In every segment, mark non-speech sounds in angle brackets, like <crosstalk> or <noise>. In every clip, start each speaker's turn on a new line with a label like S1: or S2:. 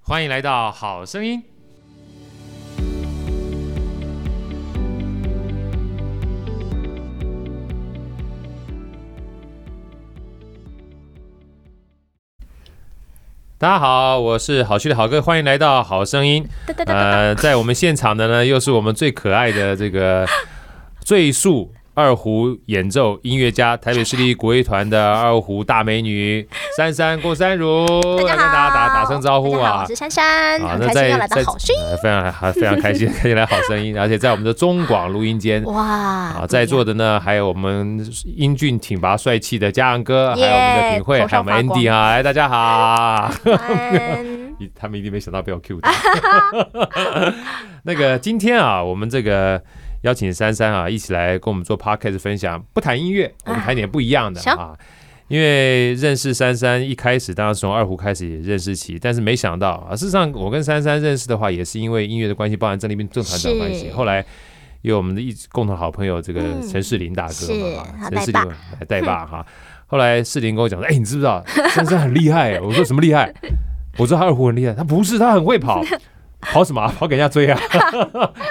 S1: 欢迎来到《好声音》。大家好，我是好趣的好哥，欢迎来到《好声音》。
S2: <laughs> 哒哒哒哒哒，
S1: 呃，在我们现场的呢，又是我们最可爱的这个 <laughs> 最速二胡演奏音乐家，台北市立国乐团的二胡大美女珊珊郭珊如，来
S2: 大家
S1: 跟
S2: 好，
S1: 大家打打声招呼
S2: 大家好
S1: 啊
S2: 我！是珊珊，
S1: 啊
S2: 很
S1: 那
S2: 开
S1: 在
S2: 心要来到
S1: 在
S2: 好声音。
S1: 呃非常还非常开心，
S2: <laughs>
S1: 开心来好声音，而且在我们的中广录音间。
S2: 哇，
S1: 啊，在座的呢，还有我们英俊挺拔帅气的嘉阳哥，还有我们的
S2: 耶
S1: 品慧，
S2: 头
S1: 还有
S2: 上
S1: 我们
S2: 发光
S1: Andy 啊，哎，大家好。
S2: 不一
S1: <laughs>
S2: 样
S1: 一他们一定没想到被我 Q 到。 <laughs> 那个今天啊，我们这个邀请珊珊啊，一起来跟我们做 podcast 分享，不谈音乐，我们谈点不一样的
S2: 行
S1: 啊。因为认识珊珊一开始，当然是从二胡开始也认识起，但是没想到啊，事实上我跟珊珊认识的话，也是因为音乐的关系，包含郑丽斌郑团长的关系。
S2: 是
S1: 后来有我们的一直共同好朋友这个
S2: 嗯
S1: 陈世林大哥嘛，
S2: 是他
S1: 陈
S2: 带
S1: 世林
S2: 把
S1: 来带把哈。后来世林跟我讲说：“哎、你知不知道珊珊很厉害、我说：“什么厉害？”我知道他二胡很厉害，他不是，他很会
S2: <laughs>
S1: 跑，跑什么、啊？跑给人家追啊！ <laughs>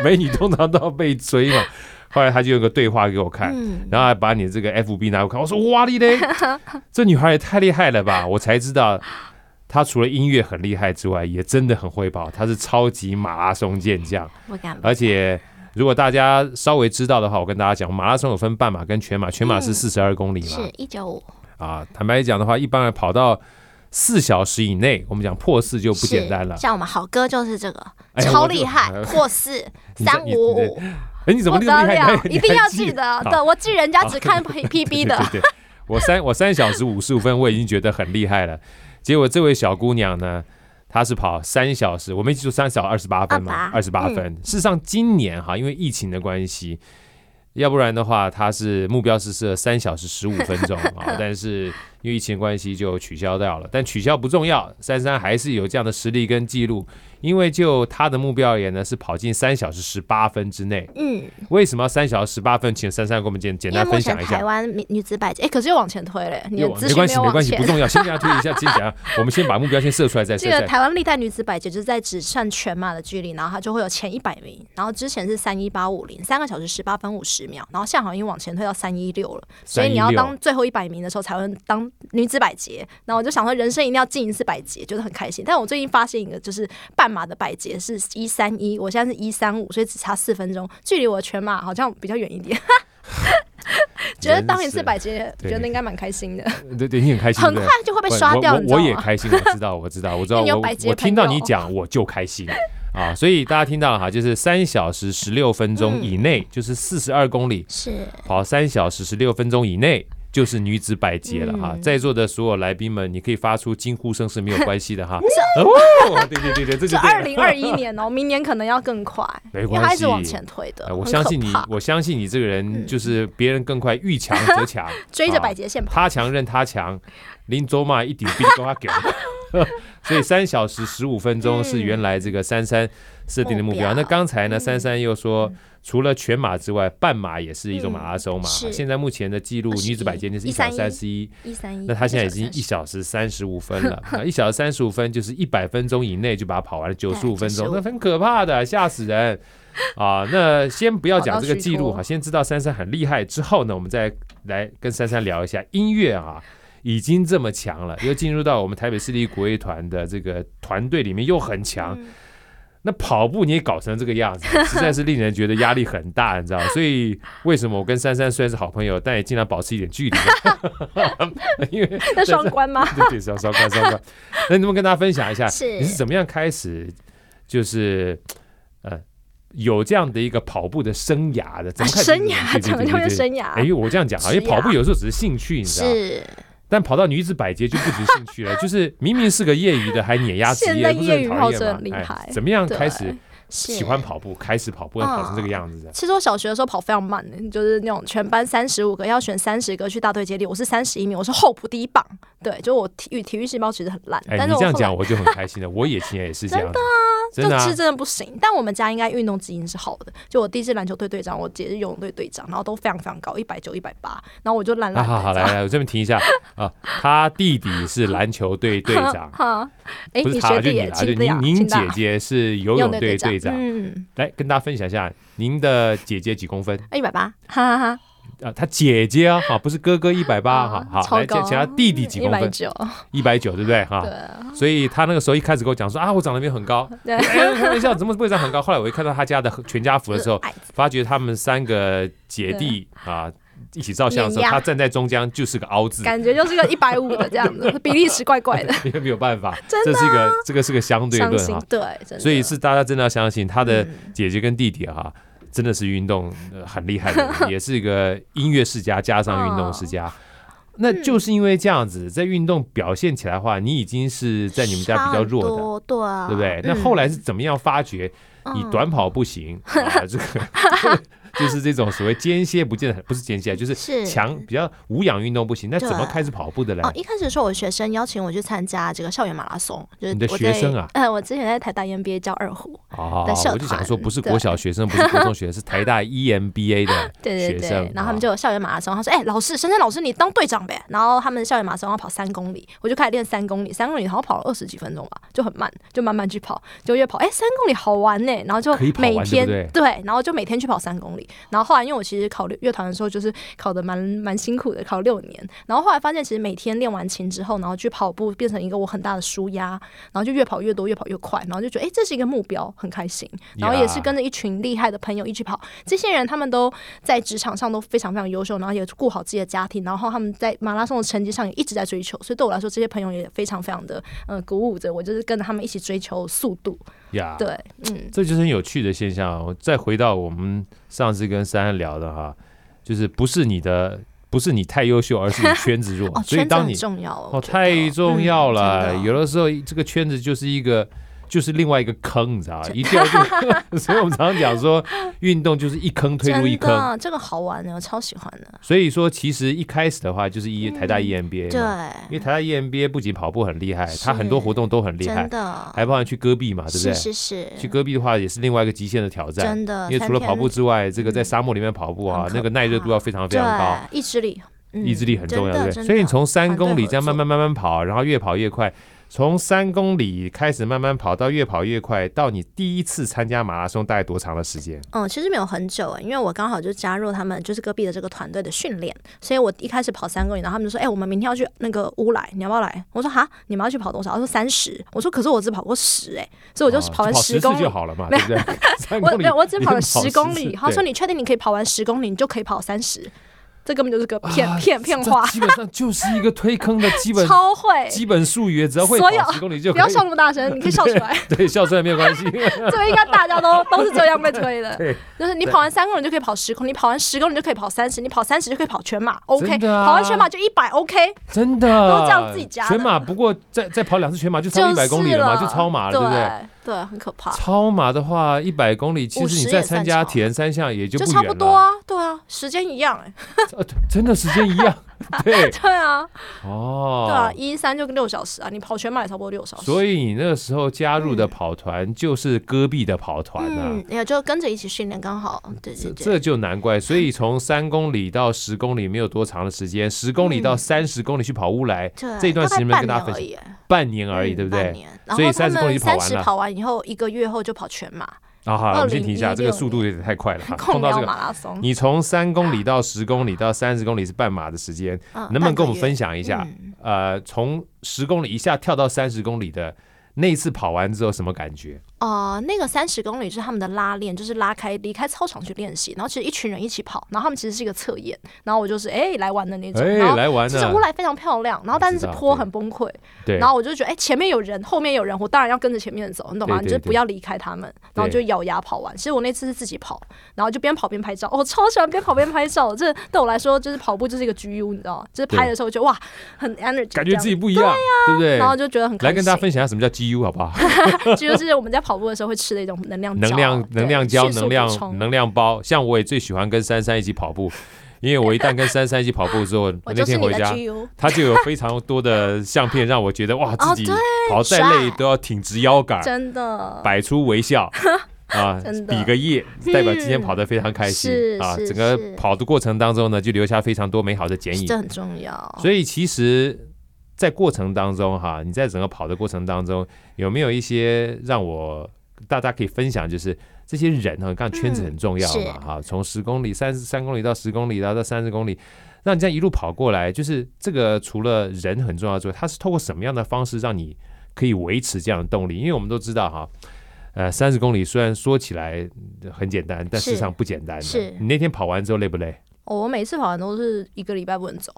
S1: 美女通常都要被追嘛。后来他就有个对话给我看，
S2: 嗯，
S1: 然后还把你这个 FB 拿给我看，我说哇你
S2: <laughs>
S1: 嘞，这女孩也太厉害了吧！我才知道，她除了音乐很厉害之外，也真的很会跑，她是超级马拉松健将。
S2: 不敢
S1: 而且如果大家稍微知道的话，我跟大家讲，马拉松有分半马跟全马，全马是
S2: 嗯
S1: 四十二公里嘛，
S2: 是一九五，
S1: 啊，坦白讲的话，一般人跑到四小时以内，我们讲破四就不简单了啊
S2: 是。像我们好哥就是这个，
S1: 哎呀
S2: 超
S1: 我就
S2: 厉
S1: <laughs>
S2: 害
S1: 哎，
S2: 破四
S1: 你
S2: 三
S1: 你
S2: 五
S1: 你
S2: 五，
S1: 哎，你怎么
S2: 不
S1: 那
S2: 得
S1: 么厉害？
S2: 了，
S1: 你还
S2: 一定要
S1: 记
S2: 记得。哦
S1: 好
S2: 对我记人家只看 P
S1: 对
S2: P B 的，
S1: 对对对，我三我三小时五十五分我已经觉得很厉害了，结果这位小姑娘呢，她是跑三小时，我没记住三小二十八分嘛，二十
S2: 28
S1: 八分。事实上，今年哈，因为疫情的关系，要不然的话，她是目标是设三小时十五分钟啊，但是因为疫情的关系就取消掉了。但取消不重要，珊珊还是有这样的实力跟记录，因为就她的目标而言呢，是跑进三小时十八分之内。
S2: 嗯，
S1: 为什么要三小时十八分？请珊珊给我们简 <laughs> 简
S2: 因为
S1: 单
S2: 目
S1: 分
S2: 前
S1: 享一下
S2: 台。湾女女子百家，哎，可是又往前推嘞，你
S1: 没
S2: 的
S1: 有
S2: 资
S1: 没
S2: 讯
S1: 关
S2: 没
S1: 系，
S2: 有
S1: 没
S2: 往
S1: 关系，不
S2: 前。
S1: 重要。先给他推一下，先
S2: <laughs>
S1: 讲。我们先把目标先设出来，再
S2: 记
S1: 再
S2: 得
S1: 再。
S2: 台湾历代女子百节就是在只算全马的距离，然后它就会有前一百名，然后之前是三一八五零，三个小时十八分五十秒，然后现在好像已经往前推到三一六了，所以你要
S1: 316
S2: 当最后一百名的时候才会当女子百节。那我就想说，人生一定要进一次百节，觉得很开心。但我最近发现一个，就是半马的百节是一三一，我现在是一三五，所以只差四分钟，距离我的全马好像比较远
S1: <laughs>
S2: 一点。觉得当一次百节，
S1: 对
S2: 觉得应该蛮开心的，
S1: 对对，你很开心，
S2: 很
S1: 对
S2: 快
S1: 不对
S2: 就会被刷掉，
S1: 我
S2: 你知
S1: 我
S2: 道
S1: 我也
S2: 吗？
S1: 开心，啊我知道，我知道，我知道，
S2: 因为你有
S1: 我
S2: 百节
S1: 我听到
S2: 朋
S1: 你
S2: 友
S1: 讲我就开心啊！所以大家听到了哈，就是三小时十六分钟以内，
S2: 嗯
S1: 就是四十二公里，
S2: 是，
S1: 跑三小时十六分钟以内。就是女子百节了哈，
S2: 嗯
S1: 在座的所有来宾们，你可以发出惊呼声是没有关系的
S2: <laughs>
S1: 哈。哦，对对对对，这
S2: 是
S1: 就对
S2: 二
S1: 了。
S2: 零二一年哦，明年可能要更快，
S1: <laughs> 没
S2: 因
S1: 关系
S2: 为它一直往前推的。
S1: 呃我
S2: 很
S1: 相
S2: 可
S1: 信你
S2: 怕，，
S1: 我相信你这个人就是别人更快，遇强则强
S2: <laughs> 追着
S1: 啊
S2: 百节线跑，
S1: 他强任他强，林卓玛一顶比都他给。 <laughs> 所以三小时十五分钟是原来这个珊珊设定的嗯目标。嗯
S2: 目标
S1: 那刚才呢，珊珊又说，除了全马之外，半马也是一种马拉松嘛。
S2: 是
S1: 现在目前的记录，
S2: 21
S1: 女子百间嗯就是一小时三十一，
S2: 一三一。
S1: 那她现在已经
S2: 131
S1: 一小时三十五分 <laughs> 了。那一小时三十五分就是一百分钟以内就把它跑完了，九十五分钟，
S2: 95
S1: 那很可怕的，吓死人。 <laughs> 啊，那先不要讲这个记录哈，
S2: 跑到
S1: 先知道珊珊很厉害之后呢，我们再来跟珊珊聊一下音乐啊，已经这么强了，又进入到我们台北市立国乐团的这个团队里面又很强，
S2: 嗯
S1: 那跑步你也搞成这个样子，实在是令人觉得压力很大，你知道吗？所以为什么我跟珊珊虽然是好朋友，但也尽量保持一点距离， <laughs> 因为
S2: 那双关吗？
S1: 对对，烧烧干烧干。那你能不能跟大家分享一下，
S2: 是
S1: 你是怎么样开始，就是呃，有这样的一个跑步的生涯 <laughs> 的？怎么开始
S2: 啊生涯
S1: 对对
S2: 怎么
S1: 对
S2: 就会
S1: 对
S2: 生
S1: 哎，因
S2: 涯？
S1: 为我这样讲啊，因为
S2: 职涯
S1: 跑步有时候只是兴趣，你知道，
S2: 是
S1: 但跑到女子百节就不止兴趣
S2: <laughs>
S1: 了，就是明明是个业余的，还碾压职
S2: 现
S1: 业，
S2: 在
S1: 不是很
S2: 业余
S1: 讨
S2: 跑
S1: 厌
S2: 者
S1: 吗？
S2: 很厉
S1: 哎
S2: 害
S1: 怎么样
S2: 对
S1: 开始
S2: 是嗯
S1: 喜欢跑步，开始跑步，要跑成这个样子的？
S2: 其实我小学的时候跑非常慢的、就是那种全班三十五个要选三十个去大队接力，我是三十一名，我是候补第一棒。对，就我体育体育细胞其实很烂，
S1: 哎，
S2: 但是
S1: 你
S2: 我
S1: 这样
S2: 后来
S1: 讲我就很开心了，我以前也是这样子，真的啊
S2: 这真的不行。但我们家应该运动基因是好的。就我第一次篮球队队长，我姐是游泳队队长，然后都非常非常高，一百九、一百八，然后我就懒
S1: 啊，
S2: 懒的。
S1: 好好来来，我这边停一下啊，他弟弟是篮球队队
S2: <laughs>
S1: 长，
S2: 哈，哎，
S1: 不是
S2: 你
S1: 他，
S2: 学
S1: 就
S2: 弟
S1: 你
S2: 也
S1: 啦，就
S2: 亲大
S1: 您您
S2: 亲大
S1: 姐姐是游
S2: 游
S1: 泳
S2: 泳
S1: 队
S2: 队
S1: 队长，
S2: 嗯，
S1: 来跟大家分享一下您的姐姐几公分
S2: 一百八，哈哈哈，
S1: 啊？她姐姐啊，
S2: <laughs>
S1: 哈，不是哥哥一百八哈，
S2: 啊
S1: 好，来
S2: 超高
S1: 讲讲她弟弟几
S2: 一
S1: 公
S2: 百
S1: 分，
S2: 九，
S1: 一百九对不对哈？
S2: 对啊
S1: 所以他那个时候一开始跟我讲说啊，我长得没有很高，<laughs>
S2: 对，
S1: 哎，开玩笑，怎么不会长很高？后来我一看到他家的全家福的时候，
S2: 矮
S1: 发觉他们三个姐弟啊一起照相的时候，
S2: 嗯碾压
S1: 他站在中间就是个凹字，
S2: 感觉就是个一百五的这
S1: <laughs>
S2: 样子，比例尺怪怪的，
S1: 也 <laughs> 没有办
S2: <laughs>
S1: 法，这是一个这个是个相对
S2: 啊伤
S1: 论
S2: 心
S1: 哈，，
S2: 对，真的
S1: 所以是大家真的要相信他的
S2: 嗯
S1: 姐姐跟弟弟哈、真的是运动、呃、很厉害的
S2: <laughs>
S1: 人，也是一个音乐世家加上运动世
S2: 哦
S1: 家。那
S2: 嗯
S1: 就是因为这样子，在运动表现起来的话，你已经是在你们家比较弱的，，
S2: 对啊，嗯
S1: 对不对？那后来是怎么样发觉你短跑不行、啊？这
S2: <laughs>
S1: 个 <laughs> 就是这种所谓间歇不见得不是间歇，啊就是
S3: 是
S1: 强比较无氧运动不行。那
S3: 对
S1: 怎么开始跑步的嘞？
S3: 哦，一开始的时候，我学生邀请我去参加这个校园马拉松，就是
S1: 你的
S3: <laughs> 我
S1: 学
S3: 在
S1: 生啊，
S2: 嗯，我之前在台大 MBA 教二胡，
S1: 哦
S3: 的社
S1: 我就想
S3: 团
S1: 说，不是
S2: 对
S1: 国小学生，不是国中学生，是 <laughs> 台大 EMBA 的
S2: 对
S1: 学
S2: 对对
S1: 生。，
S2: 然后他们
S1: 哦
S2: 就有校园马拉松，他说：“哎、老师，珊珊老师，你当队长呗。”然后他们校园马拉松要跑三公里，我就开始练三公里，三公里好像跑了二十几分钟吧，就很慢，就慢慢去跑，就越跑，哎、三公里好玩呢、然后就
S1: 可以跑完
S2: 每天
S1: 对不
S2: 然后就每天去跑三公里。然后后来因为我其实考乐团的时候就是考的蛮蛮辛苦的，考六年。然后后来发现其实每天练完琴之后，然后去跑步变成一个我很大的舒压，然后就越跑越多，越跑越快，然后就觉得哎、这是一个目标，很开心。然后也是跟着一群厉害的朋友一起跑。这些人他们都在职场上都非常非常优秀，然后也顾好自己的家庭，然后他们在马拉松的成绩上也一直在追求。所以对我来说，这些朋友也非常非常的呃鼓舞着我，就是跟着他们一起追求速度。
S1: 呀，
S2: 对，嗯，。
S1: 这就是很有趣的现象。我再回到我们上次跟珊珊聊的哈，就是不是你的，不是你太优秀，而是你圈子弱
S2: 哦，
S1: 所以
S2: 圈子
S1: 当
S2: 很
S1: 你
S2: 重要哦，
S1: 哦太重要了，
S2: 嗯真的
S1: 有的时候这个圈子就是一个。就是另外一个坑，你知道吧？一掉就， <laughs> 所以我们常常讲说，运动就是一坑推入一
S2: 真
S1: 坑。
S2: 的这个好玩的，我超喜欢的。
S1: 所以说，其实一开始的话，就是一台
S2: 嗯
S1: 大 EMBA
S3: 对
S1: 嘛，，因为台大 E EMBA 不仅跑步很厉害，它很多活动都很厉害
S3: 真，的，
S1: 还包含去戈壁嘛，对不对？
S3: 是是是，
S1: 去戈壁的话，也是另外一个极限的挑战。
S3: 真的，
S1: 因为除了
S3: 三
S1: 跑步
S3: 天嗯
S1: 之外，这个在沙漠里面跑步啊
S2: 很，可
S1: 那个耐热度要非常哦非常高，
S2: 意志力，
S3: 对
S1: 意志力很重要，
S3: 嗯真的
S1: 对不对？
S3: 真的
S1: 所以你从三公里
S2: 团队合作
S1: 这样慢慢慢慢跑，然后越跑越快，从三公里开始慢慢跑到越跑越快，到你第一次参加马拉松大概多长的时间？
S3: 嗯，其实没有很久欸，因为我刚好就加入他们就是戈壁的这个团队的训练，所以我一开始跑三公里，然后他们就说：“哎、我们明天要去那个乌来，你要不要来？”我说：“哈，你们要去跑多少？”他说：“三十。”我说：“可是我只跑过十，哎，所以我
S1: 我
S3: 就跑完
S1: 啊十
S2: 10
S1: 次
S2: 公里
S1: 就好了嘛，对不对？ <laughs> 三
S2: 我
S1: 公里哦
S2: 没有，我只跑了
S1: 你
S2: 十公
S1: 10
S2: 里。
S1: 次
S2: 他说
S1: 对
S2: 你确定你可以跑完十公里，你就可以跑三十？这根本就是个骗
S3: <laughs>
S1: 啊
S2: 骗骗话
S1: 这，基本上就是一个推坑的基
S2: <laughs>
S1: 本
S2: 超会！
S1: 基本术语，只要会
S2: 所有
S1: 跑十公里就
S2: 不
S1: 可
S2: 要
S1: 以
S2: 笑。那么大声，你可以笑出来。
S1: <laughs> 对，笑出来没有关系。
S2: <laughs> 这个应该大
S1: <laughs>
S2: 家都都是这样被推的
S1: 对，
S2: 就是你跑完三公里就可以跑十公里，你跑完十公里就可以跑三十，你跑三十就可以跑全马，OK，
S1: 真的啊
S2: 跑完全马就一百，OK，
S1: 真的，
S2: 都这样自己加的
S1: 全马不过再再跑两次全马就
S2: 就
S1: 超一百公里了嘛，就超马了，对不对？
S2: 对？对，很可怕，
S1: 超马的话，一百公里，其实你再参加铁人三项也就
S2: 就
S1: 不
S2: 差
S1: 远
S2: 不
S1: 了，
S2: 多啊，对啊，时间一样，哎，
S1: 呃真的时间一样，对，
S2: <laughs> 对啊，对啊
S1: 哦，，
S2: 一三就六小时啊，你跑全马也差不多六小时，
S1: 所以你啊那个时候加入的跑团就是戈壁的跑团啊
S3: 嗯，，也就跟着一起训练，刚好对对
S1: 这
S3: 对，
S1: 这就难怪，所以从三公里到十公里没有多长的时间，十公里到
S2: 嗯
S1: 三十公里去跑乌来，
S3: 对
S1: 这一段时间没有
S3: 大概
S1: 跟大家
S3: 半
S1: 分享
S3: 年而已欸
S1: 半年而已，
S3: 嗯
S1: 对不
S3: 半
S1: 对？
S3: 年然
S1: 所以
S3: 后他
S1: 30公里
S3: 们
S1: 就跑
S3: 三
S1: 完
S3: 十
S1: 了
S3: 跑完以后，一个月后就跑全马，
S1: 啊，好，我们先停一下，
S3: 2016
S1: 这个速度有点太
S2: <laughs>
S1: 快了。哈。碰
S2: 控
S1: 到
S2: 聊
S1: 这个，
S2: 马拉松。
S1: 你从三公里到十公里到三十公里是半马的时间，
S3: 嗯，
S1: 能不能跟我
S3: 半个
S1: 们分
S3: 月？
S1: 享一下？
S3: 嗯
S1: 呃，从十公里一下跳到三十公里的那一次跑完之后什么感觉？
S2: 呃
S3: 哦，那个三十公里是他们的拉练，就是拉开离开操场去练习，然后其实一群人一起跑，然后他们其实是一个测验，然后我就是哎、来玩的那种，
S1: 哎
S3: 然，后
S1: 来玩
S3: 其实
S1: 了
S3: 乌，来非常漂亮，然后但
S1: 我知
S3: 是
S1: 道
S3: 坡
S1: 对
S3: 很崩溃，
S1: 对
S2: 然，后我就觉得，哎、前面有人，后面有人，我当然要跟着前面走，你懂吗？
S1: 对
S2: 你
S1: 对
S2: 就
S1: 对
S2: 不要离开他们，然后就
S1: 对
S2: 咬牙跑完。其实我那次是自己跑，然后就边跑边拍照，我超喜欢边跑边拍照。这对我来说，就是跑步就是一个 GU，你知道吗？就是
S1: 对
S2: 拍的时候就哇，很 energy，
S1: 感觉自己
S2: 这样
S1: 不一样，对不对
S2: 然？后就觉得很开心。
S1: 来跟大家分享一下什么叫 GU 好不
S2: <laughs>
S1: 好？
S2: 这就是我们在跑步的时候会吃的一种能量胶
S1: 能量
S2: 对
S1: 能量胶、
S2: 迅速
S1: 能
S2: 补充
S1: 量能量包，像我也最喜欢跟珊珊一起跑步，因为我一旦跟珊珊一起跑步之后，我
S2: <laughs>
S1: 那
S2: 我就是
S1: 天
S2: 你
S1: 回
S2: 的
S1: 家，
S2: GU，
S1: 她就有非常多的相片让我觉得哇，
S2: 哦
S1: 自己
S2: 对
S1: 跑再
S2: 帅
S1: 累都要挺直腰杆，
S2: 真的。
S1: 摆出微
S2: <laughs>
S1: 笑啊
S2: 真，的嗯
S1: 比个耶，代表今天跑得非常开心、
S2: 是
S1: 啊！
S2: 是
S1: 整个
S2: 是
S1: 跑的过程当中呢，就留下非常多美好的剪影
S2: 这。很重要，
S1: 所以其实，在过程当中哈，你在整个跑的过程当中，有没有一些让我大家可以分享，就是这些人哈，刚刚圈子很重要嘛
S2: 是
S1: 哈，从十公里、三十三公里到十公里，然后到三十公里。让你这样一路跑过来，就是这个除了人很重要之外，它是透过什么样的方式让你可以维持这样的动力？因为我们都知道哈，呃，三十公里虽然说起来很简单，但事实
S2: 是
S1: 上不简单的。
S2: 是
S1: 你那天跑完之后累不累？
S2: 哦我每次跑完都是一个礼拜不
S1: <laughs>
S2: 能走，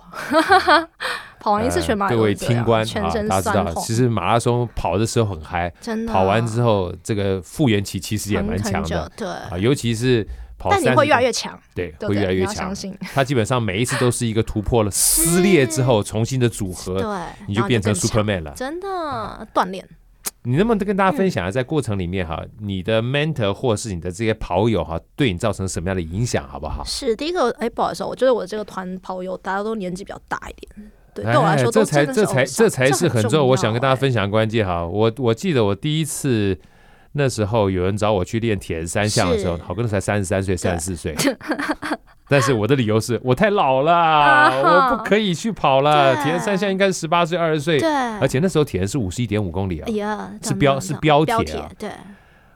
S2: 跑完一次全马
S1: 呃各
S2: 拉松
S1: 位
S2: 是这样、
S1: 听官
S2: 全
S1: 啊，
S2: 身
S1: 大家知
S2: 酸
S1: 道，
S2: 痛，
S1: 其实马拉松跑的时候很嗨，
S2: 真的
S1: 跑完之后这个复原期其实也
S2: 很
S1: 蛮强
S2: 很久
S1: 的，
S2: 对。
S1: 啊，尤其是跑
S2: 但
S1: 三
S2: 你
S1: 十，
S2: 会越来越强，
S1: 对，
S2: 对
S1: 会
S2: 不
S1: 越
S2: 对？
S1: 来
S2: 你
S1: 越
S2: 要
S1: 强
S2: 相。信，
S1: 它基本上每一次都是一个突破了撕裂之后重新的组
S2: 对
S1: 合，，你
S2: 然
S1: 就
S2: 后
S1: 变成
S2: 更强
S1: Superman 了。啊
S2: 真的锻炼。
S1: 你能不能跟大家分
S2: 嗯
S1: 享一下，在过程里面哈，你的 mentor 或是你的这些跑友哈，对你造成什么样的影响，好不好？
S2: 是第一个，哎，不好意思哦，我觉得我这个团跑友大家都年纪比较大一点，对，
S1: 哎，
S2: 对我来说
S1: 这
S2: 都
S1: 才
S2: 真的
S1: 这
S2: 是
S1: 才
S2: 偶像
S1: 这才是很重要。我想跟大家
S2: 哎
S1: 分享的关键哈，我我记得我第一次那时候有人找我去练铁人三项的时候，
S2: 是
S1: 好哥才三十三岁、三十四岁， <laughs> 但是我的理由是我太老了，我不可以去跑了。
S2: 啊对
S1: 铁人三项应该是十八岁、二十岁，
S2: 对，
S1: 而且那时候铁人是五十一点五公里啊
S2: 哎。呀，
S1: 是
S2: 真的
S1: 标
S2: 真
S1: 是
S2: 的
S1: 标
S2: 标
S1: 铁啊
S2: 对，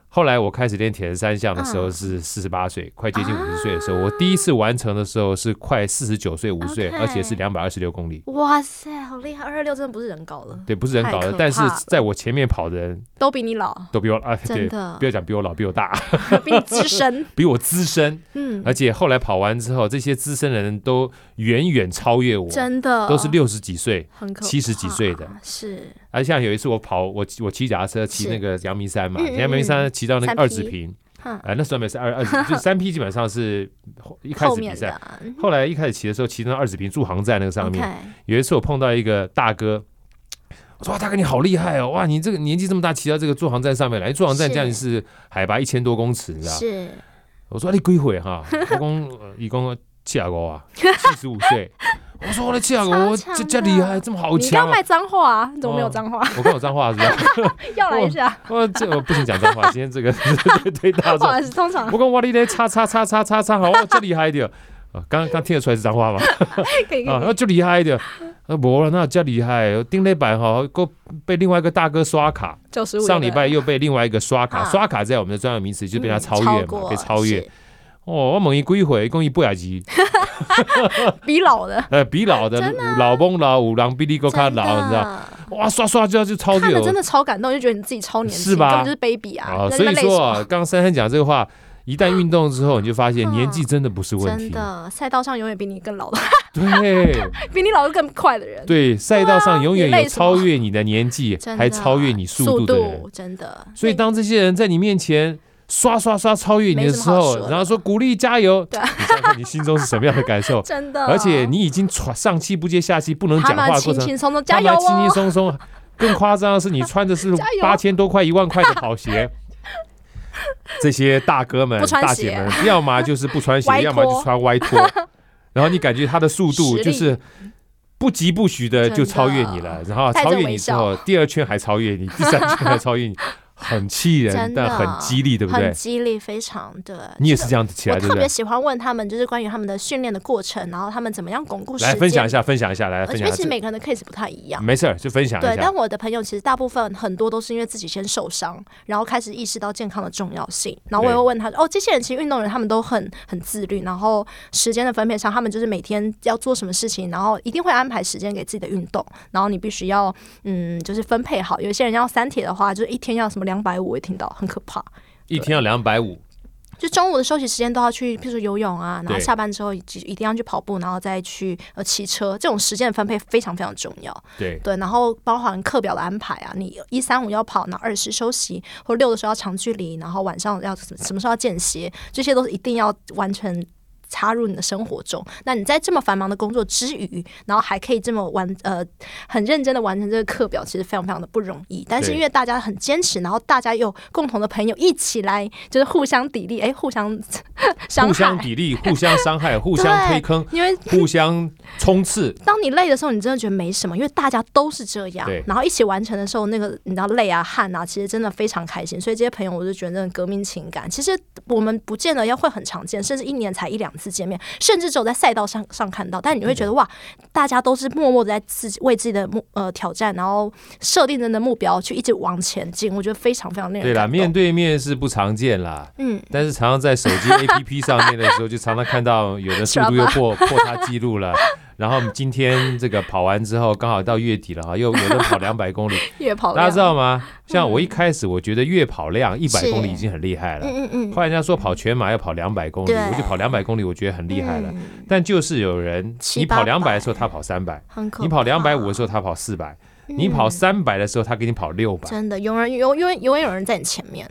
S1: 后来我开始练铁人三项的时候
S2: 嗯啊
S1: 是四十八岁，快接近五十岁的时候，我第一次完成的时候是快四十九岁、五十岁，
S2: OK
S1: 而且是两百二十六公里。
S2: 哇塞，好厉害！二二六真的不是人高了，
S1: 对，不是人
S2: 太
S1: 搞的
S2: 可，
S1: 但是
S2: 怕了
S1: 在我前面跑的人
S2: 都比你老，
S1: 都比我啊， <laughs> 对
S2: 真，的
S1: 不要讲比我老，比我大， <laughs>
S2: 比你资深。
S1: 比我资深，
S2: 嗯，
S1: 而且后来跑完之后，这些资深的人都远远超越我，
S2: 真的
S1: 都是六十几岁。
S2: 很可
S1: 70几岁的
S2: 怕，啊是
S1: 而啊像有一次我跑，我骑我骑脚踏车骑
S2: 是
S1: 那个阳明山嘛，
S2: 嗯嗯
S1: 阳明山骑到那
S2: 三
S1: 个
S2: P
S1: 二子坪，
S2: 嗯
S1: 啊，那时候没是二二，就是三 P 基本上是后一开
S2: 后
S1: 始比
S2: 面的
S1: 赛，后来一开始骑的时候骑到二子坪驻航站那个上面，
S2: OK，
S1: 有一次我碰到一个大哥，我说哇大哥你好厉害哦，哇你这个年纪这么大骑到这个驻航站上面来，驻航站
S2: 是
S1: 这样是海拔一千多公尺，你知道？
S2: 是
S1: 我说啊你几岁哈？我讲一共七十五啊，七十五岁。我说我的七十五，我
S2: 超强
S1: 这
S2: 的
S1: 这厉害，这么好
S2: 你刚
S1: 强、
S2: 刚
S1: 啊
S2: 卖。脏话啊？你怎么没有
S1: 哦
S2: 脏话？ <laughs>
S1: 我跟我脏话是吧？
S2: 要来一下，
S1: 我这我不行讲脏话，今天这个对大
S2: 不
S1: 众
S2: 好。意思，通常
S1: 我跟我你咧叉叉叉叉叉叉，好，我这厉害一点。啊，刚刚听得出来是脏话吗？
S2: 可以可以
S1: 啊，那就厉害一点。啊，无了，那这厉害。顶礼拜哈，够被另外一个大哥刷卡，
S2: 九十五。
S1: 上礼拜又被另外一个刷卡，
S2: 啊
S1: 刷卡在我们的专有名词就被他
S2: 嗯
S1: 超越嘛，
S2: 过
S1: 被超越。
S2: 是
S1: 哦，我猛一归回，共一不雅集。
S2: 比老
S1: <laughs>
S2: 的， <laughs>
S1: 呃，比老的老崩老五郎比利哥卡老，你知道？
S2: 道？
S1: 哇，刷刷就要去超
S2: 看
S1: 越
S2: 了真
S1: 我
S2: 的超感动，就觉得你自己超年轻，
S1: 是吧
S2: 根本就是 baby 啊！
S1: 啊！
S2: 在
S1: 所
S2: 那
S1: 以
S2: 边累死
S1: 说
S2: 我
S1: 啊，刚刚珊珊讲这个话，一旦运动之后，你就发现
S2: 嗯
S1: 年纪真的不是问
S2: 真
S1: 题。
S2: 的，赛道上永远比你更老的， <laughs>
S1: 对
S2: 比你老的更快的人，
S1: 对，赛道上永远
S2: 你累
S1: 有
S2: 什么
S1: 超越你的年纪，
S2: 真的
S1: 还超越你速
S2: 速
S1: 度的人。
S2: 度真的。
S1: 所以当这些人在你面前刷刷刷超越你的时
S2: 没什么好
S1: 候
S2: 说，的
S1: 然后说鼓励加油，
S2: 对？
S1: 你想想看你心中是什么样的感受
S2: <laughs> 真的，
S1: 而且你已经喘上气不接下气，不能
S2: 他
S1: 讲话
S2: 们
S1: 的过
S2: 轻
S1: 程
S2: 轻松松加
S1: 他
S2: 油
S1: 们轻轻
S2: 哦，
S1: 松松。更夸张的是，你穿的是
S2: <laughs> 加油
S1: 八千多块、一万块的跑
S2: <laughs>
S1: 鞋。这些大哥们
S2: 不、穿
S1: 大
S2: 鞋
S1: 姐们，要么就是不穿鞋，
S2: 歪
S1: 要么就
S2: 拖
S1: 穿歪
S2: <laughs>
S1: 拖。然后你感觉他的速度
S2: 实力
S1: 就是不疾不徐的
S2: 真
S1: 就
S2: 的
S1: 超越你了，然后
S2: 带着
S1: 超越你
S2: 微
S1: 之
S2: 笑
S1: 后，第二圈还超越
S2: <laughs>
S1: 你，第三圈还超越你，很气人，
S2: 真的
S1: 但很激励，对不
S2: 很
S1: 对？
S2: 激励，非常的。
S1: 你也是这样起来，
S2: 我
S1: 对不
S2: 特别
S1: 对？
S2: 喜欢问他们，就是关于他们的训练的过程，然后他们怎么样巩固时
S1: 来
S2: 间。
S1: 分享一下，分享一下，来
S2: 而
S1: 分
S2: 且
S1: 享一
S2: 其实
S1: 下
S2: 每个人的 case 不太一样
S1: 这，。没事儿就分享
S2: 对
S1: 一，下
S2: 但。我的朋友其实大部分很多都是因为自己先受伤，然后开始意识到健康的重要性。然后我也会问他，哦，这些人其实运动人他们都很很自律，然后时间的分配上，他们就是每天要做什么事情，然后一定会安排时间给自己的运动。然后你必须要，嗯，就是分配好。有些人要三铁的话，就是一天要什么两百五，我也听到很可怕。
S1: 一天要两百五，
S2: 就中午的休息时间都要去，譬如说游泳啊，然后
S1: 对
S2: 下班之后一一定要去跑步，然后再去呃骑车，这种时间的分配非常非常重要。
S1: 对，
S2: 对，然后包含课表的安排啊，你一三五要跑，然后二是休息，或六的时候要长距离，然后晚上要什么什么时候要间歇，这些都是一定要完成插入你的生活中。那你在这么繁忙的工作之余，然后还可以这么完呃很认真的完成这个课表，其实非常非常的不容易。但是因为大家很坚持，然后大家有共同的朋友一起来，就是互相砥砺，哎，互相 <laughs> 伤
S1: 互相
S2: 害。
S1: 砥砺、互相伤害、互相推坑、
S2: 因为
S1: 互相冲
S2: <laughs>
S1: 刺，
S2: 当你累的时候，你真的觉得没什么，因为大家都是这样
S1: 对。
S2: 然后一起完成的时候，那个你知道累啊、汗啊，其实真的非常开心。所以这些朋友，我就觉得革命情感，其实我们不见得要会很常见，甚至一年才一两次见面，甚至只有在赛道上上看到。但你会
S1: 嗯
S2: 觉得哇，大家都是默默的在自己为自己的目呃挑战，然后设定人的目标去一直往前进，我觉得非常非常令人
S1: 对啦，
S2: 感动
S1: 面对面是不常见啦。
S2: 嗯，
S1: 但是常常在手机 APP 上面的时候，就常常看到有的速
S2: <laughs>
S1: 度又破破他记录了。然后今天这个跑完之后，刚好到月底了哈，又有的跑两百公里，
S2: 越 <laughs> 跑嗯
S1: 大家知
S2: 量
S1: 道吗？像我一开始我觉得月跑量一百公里已经很厉害了，
S2: 嗯嗯嗯，
S1: 后来人家说跑全马要跑两百公里，
S2: 对
S1: 我就跑两百公里，我觉得很厉害了。
S2: 嗯
S1: 但就是有人，
S2: 七
S1: 你跑
S2: 八
S1: 两
S2: 百
S1: 百的时候他跑三百，
S2: 很可
S1: 你跑两百
S2: 怕嗯
S1: 五的时候他跑四百，你跑三百的时候他给你跑六百，
S2: 真的，永远永永远永远有人在你前面，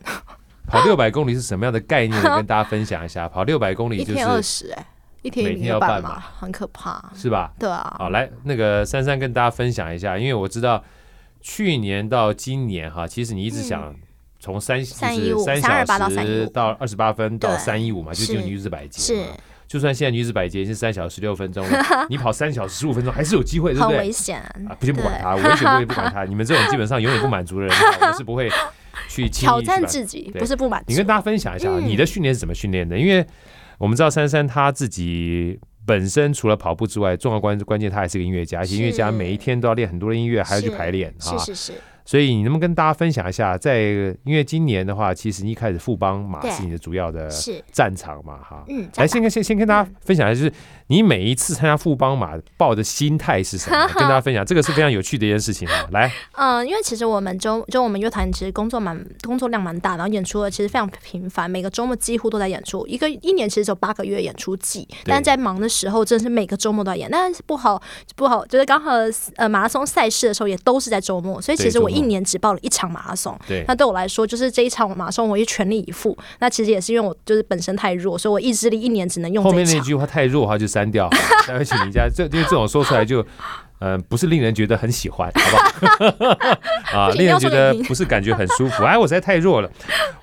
S1: 跑六百公里是什么样的概念？我跟大家分享一
S2: <laughs>
S1: 下，跑六百公里
S2: 一
S1: 就是
S2: 天二十哎，一天
S1: 每
S2: 一
S1: 天
S2: 个
S1: 要
S2: 半
S1: 半
S2: 嘛，
S1: 马
S2: 很可怕。
S1: 是吧？
S2: 对啊，
S1: 好，来那个珊珊跟大家分享一下，因为我知道去年到今年哈，其实你一
S2: 嗯
S1: 直想从三就是
S2: 315
S1: 三
S2: 328到
S1: 小时
S2: 315
S1: 到二十八分到
S2: 对
S1: 三一五嘛，就进入
S2: 是
S1: 女子百节
S2: 是
S1: 嘛。就算现在女子百节是三小时六分钟
S2: <laughs>
S1: 了，你跑三小时十五分钟还是有机会，对不
S2: 很
S1: 对
S2: 危？险。
S1: 啊，不先不管
S2: 对
S1: 他，我也绝不会不管他。你们这种基本上永远不满足
S2: <laughs>
S1: 的人，我们是不会去轻易
S2: 挑
S1: 去
S2: 战
S1: 满
S2: 自己嗯
S1: 对
S2: 不是不满
S1: 你
S2: 足
S1: 跟，大家分享一下啊，你的训练是怎么训练的？因为我们知道珊珊她自己本身除了跑步之外，重要关关键她还是个音乐家，而且
S2: 是
S1: 音乐家每一天都要练很多的音乐，还要去
S2: 是
S1: 排练啊
S2: 是。是是，
S1: 所以你能不能跟大家分享一下，在因为今年的话，其实你一开始富邦马
S2: 对
S1: 是你的主要的
S2: 是
S1: 战场嘛，哈。
S2: 嗯，
S1: 来，
S2: 加
S1: 先跟先先跟大家分享一下，就是你每一次参加富邦马报的心态是什 <laughs> 么？跟大家分享，这个是非常有趣的一件事情啊。来，
S2: 嗯，因为其实我们周就我们乐团其实工作蛮工作量蛮大，然后演出的其实非常频繁，每个周末几乎都在演出，一个一年其实只有八个月演出季，但在忙的时候真的是每个周末都在演，但是不好不好，就是刚好呃马拉松赛事的时候也都是在周末，所以其实我一年只报了一场马拉松，
S1: 对
S2: 那对我来说就是这一场马拉松我也全力以赴，那其实也是因为我就是本身太弱，所以我意志力一年只能用
S1: 后
S2: 这一
S1: 面那
S2: 场。
S1: 句话太弱的话就删掉好了，待会请你家这因为这种说出来就，呃，不是令人觉得很喜欢，好 <laughs> 不好？啊，
S2: 不行
S1: 令人觉
S2: 要
S1: 得
S2: 说你
S1: 不是感觉很舒服。哎，我实在太弱了，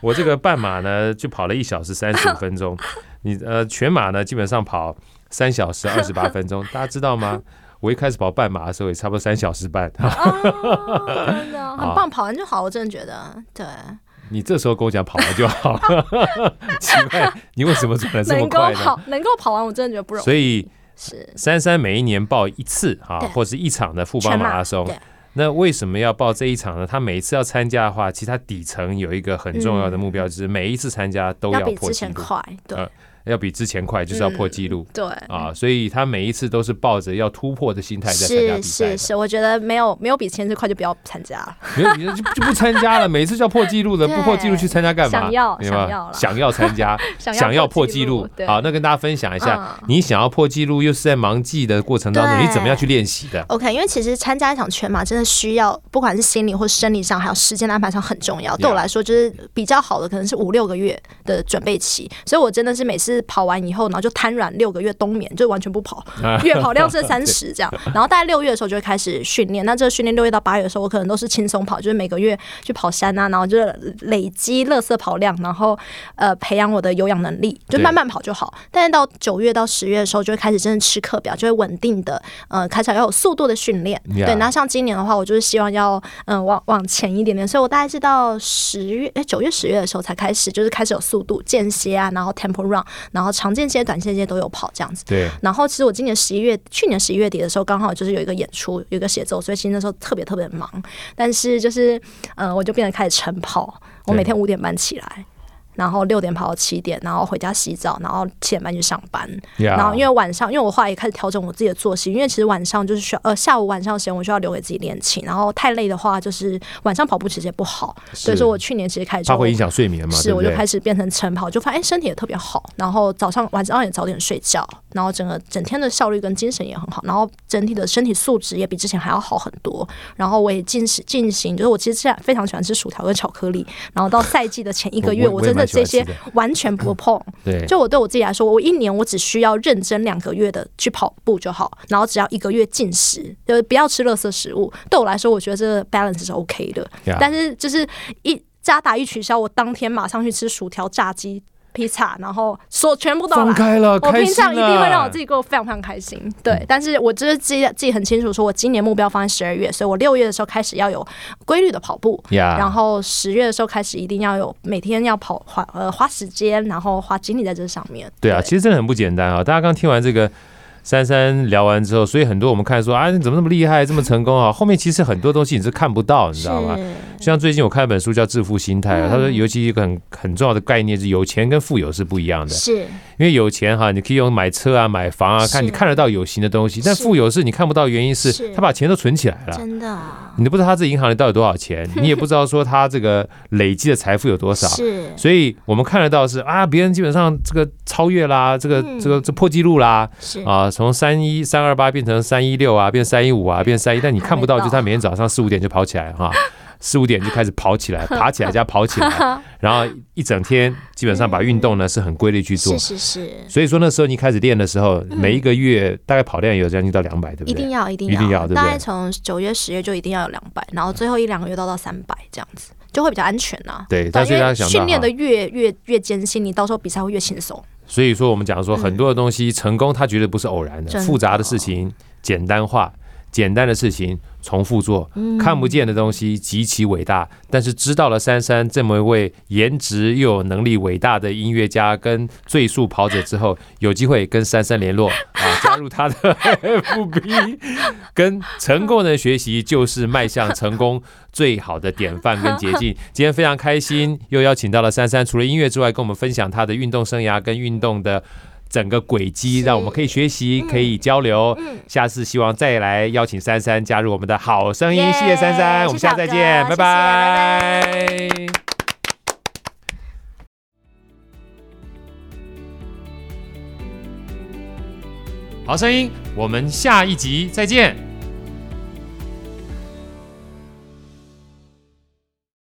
S1: 我这个半马呢就跑了一小时三十五分钟，你呃全马呢基本上跑三小时二十八分钟，大家知道吗？我一开始跑半马的时候也差不多三小时半， <laughs>
S2: 哦真的很棒，跑完就好，我真的觉得对。
S1: 你这时候跟我讲跑完就好了， <laughs> 奇怪，你为什么转的这么
S2: 能够
S1: 快呢？
S2: 跑，能够跑完，我真的觉得不容易。
S1: 所以
S2: 是
S1: 珊珊每一年报一次啊
S2: 对，
S1: 或是一场的富邦
S2: 全
S1: 马拉松
S2: 对。
S1: 那为什么要报这一场呢？他每一次要参加的话，其实他底层有一个很重要的目标，就是每一次参加都
S2: 要
S1: 要
S2: 比
S1: 破
S2: 之
S1: 纪
S2: 前
S1: 录，
S2: 快，对、
S1: 呃要比之前快，就是要破纪录
S2: 对。
S1: 啊！所以他每一次都是抱着要突破的心态在参加
S2: 是
S1: 比赛
S2: 是
S1: 的。
S2: 是，我觉得没有没有比前次快就不要参加了。 <laughs>
S1: 没有，你就就不参加了。每次叫破纪录的，
S2: 对
S1: 不破纪录去参加干嘛？
S2: 想要
S1: 明白吗
S2: 想要啦
S1: 想要参加，
S2: <laughs> 想要
S1: 想要破
S2: 破
S1: 纪
S2: 纪
S1: 录
S2: 录对。
S1: 好，那跟大家分享一下，
S2: 嗯
S1: 你想要破纪录，又是在忙季的过程当中，
S2: 对
S1: 你怎么样去练习的？
S2: OK，因为其实参加一场全马真的需要，不管是心理或生理上，还有时间的安排上很重要。对我来说，就是比较好的可能是五六个月的准备期，所以我真的是每次跑完以后，然后就瘫软六个月冬眠，就完全不跑，月跑量是三十这样。然后大概六月的时候就会开始训练，那这个训练六月到八月的时候，我可能都是轻松跑，就是每个月去跑山啊，然后就是累积垃圾跑量，然后呃培养我的有氧能力，就
S1: 对
S2: 慢慢跑就好。但是到九月到十月的时候，就会开始真的吃课表，就会稳定的呃开始要有速度的训练。
S1: Yeah
S2: 对，那像今年的话，我就是希望要嗯、呃往往前一点点，所以我大概是到十月哎九月十月的时候才开始，就是开始有速度间歇啊，然后 tempo run，然后长间歇、短间歇都有跑这样子。
S1: 对，
S2: 然后其实我今年十一月，去年十一月底的时候，刚好就是有一个演出，有一个协奏，所以其实那时候特别特别忙。但是就是，呃，我就变得开始晨跑，我
S1: 对
S2: 每天五点半起来，然后六点跑到七点，然后回家洗澡，然后七点半去上班。
S1: 呀
S2: 然后因为晚上，因为我后来也开始调整我自己的作息，因为其实晚上就是需要，呃，下午晚上的时间我需要留给自己练琴，然后太累的话，就是晚上跑步其实也不好，所以说我去年其实开始
S1: 它
S2: 就
S1: 会影响睡眠嘛，
S2: 是，
S1: 对不
S2: 我就
S1: 对？
S2: 开始变成晨跑，就发现哎身体也特别好，然后早上晚上也早点睡觉，然后整个整天的效率跟精神也很好，然后整体的身体素质也比之前还要好很多。然后我也进食进行，就是我其实现在非常喜欢吃薯条跟巧克力，然后到赛季的前一个
S1: 我
S2: 月，
S1: 我
S2: 真
S1: 也蛮
S2: 的
S1: 喜欢
S2: 这
S1: 吃
S2: 些
S1: 的，
S2: 完全不碰。
S1: 对，
S2: 就我对我自己来说，我一年我只需要认真两个月的去跑步就好，然后只要一个月禁食，就是不要吃垃圾食物。对我来说，我觉得这个 balance 是 OK 的。
S1: 呀
S2: 但是就是一渣打一取消，我当天马上去吃薯条、炸鸡、披萨，然后所有全部都
S1: 放
S2: 来。
S1: 开了，嗯
S2: 我
S1: 开
S2: 平
S1: 心
S2: 常一定会让我自
S1: 己
S2: 己过得非常非常开心，对。但是我就是记记得很清楚，说我今年目标放在十二月，所以我六月的时候开始要有规律的跑步，
S1: 呀，
S2: 然后十月的时候开始一定要有每天要跑花呃花时间，然后花精力在这上面。
S1: 对啊，其实真的很不简单啊！大家刚听完这个珊珊聊完之后，所以很多我们看说啊，你怎么那么厉害，这么成功啊？后 <laughs> 面其实很多东西你是看不到，你知道吗？像最近我看一本书叫《致富心
S2: 嗯
S1: 态》啊，他说尤其一个很很重要的概念是，有钱跟富有是不一样的。
S2: 是
S1: 因为有钱哈，你可以用买车啊、买房啊，看
S2: 是
S1: 你看得到有形的东西，但
S2: 是
S1: 富有是你看不到，原因是
S2: 是
S1: 他把钱都存起来了。
S2: 真的，
S1: 你都不知道他这银行里到底有多少钱，你也不知道说他这个累积的财富有多少，
S2: 是
S1: 所以我们看得到是啊，别人基本上这个超越啦，这个
S2: 嗯
S1: 这个这破纪录啦，
S2: 是
S1: 啊，从三一三二八变成三一六啊，变三一五啊，变三一，但你看不到，
S2: 还没到
S1: 就他每天早上四五点就跑起来哈，四五点就开始跑起来，爬起来加跑起
S2: <laughs>
S1: 来，然后一整天基本上把运动呢是很规律去做。
S2: 是嗯是，
S1: 所以说那时候你开始练的时候，每一个月大概跑量也有将近到两百，对不
S3: 一定
S1: 对？
S3: 要，一定
S1: 一定要对不对
S3: 大概从九月、十月就一定要有两百，然后最后一两个月都到三百这样子，就会比较安全呐、
S1: 对，
S2: 对
S1: 但所以
S2: 因
S1: 大家
S2: 为
S1: 想到
S2: 啊训练
S1: 哈
S2: 的，越越越艰辛，你到时候比赛会越轻松。
S1: 所以说我们讲说很多的东西成功，它绝对不是偶然的，
S3: 嗯真的
S1: 复杂的事情简单化，简单的事情重复做，
S3: 嗯
S1: 看不见的东西极其伟大。但是知道了珊珊这么一位颜值又有能力伟大的音乐家跟最速跑者之后，有机会跟珊珊联络啊，加入她的 <laughs> FB，跟成功人学习就是迈向成功最好的典范跟捷 <laughs> 径。今天非常开心，又邀请到了珊珊，除了音乐之外，跟我们分享她的运动生涯跟运动的。整个轨迹，让我们可以学习，可以交流。下次希望再来邀请珊珊加入我们的好声音，
S2: 耶
S1: 谢谢珊珊，我们下次再
S2: 谢谢
S1: 见，
S2: 老
S1: 拜
S2: 哥
S1: 拜好声音，我们下一集再见。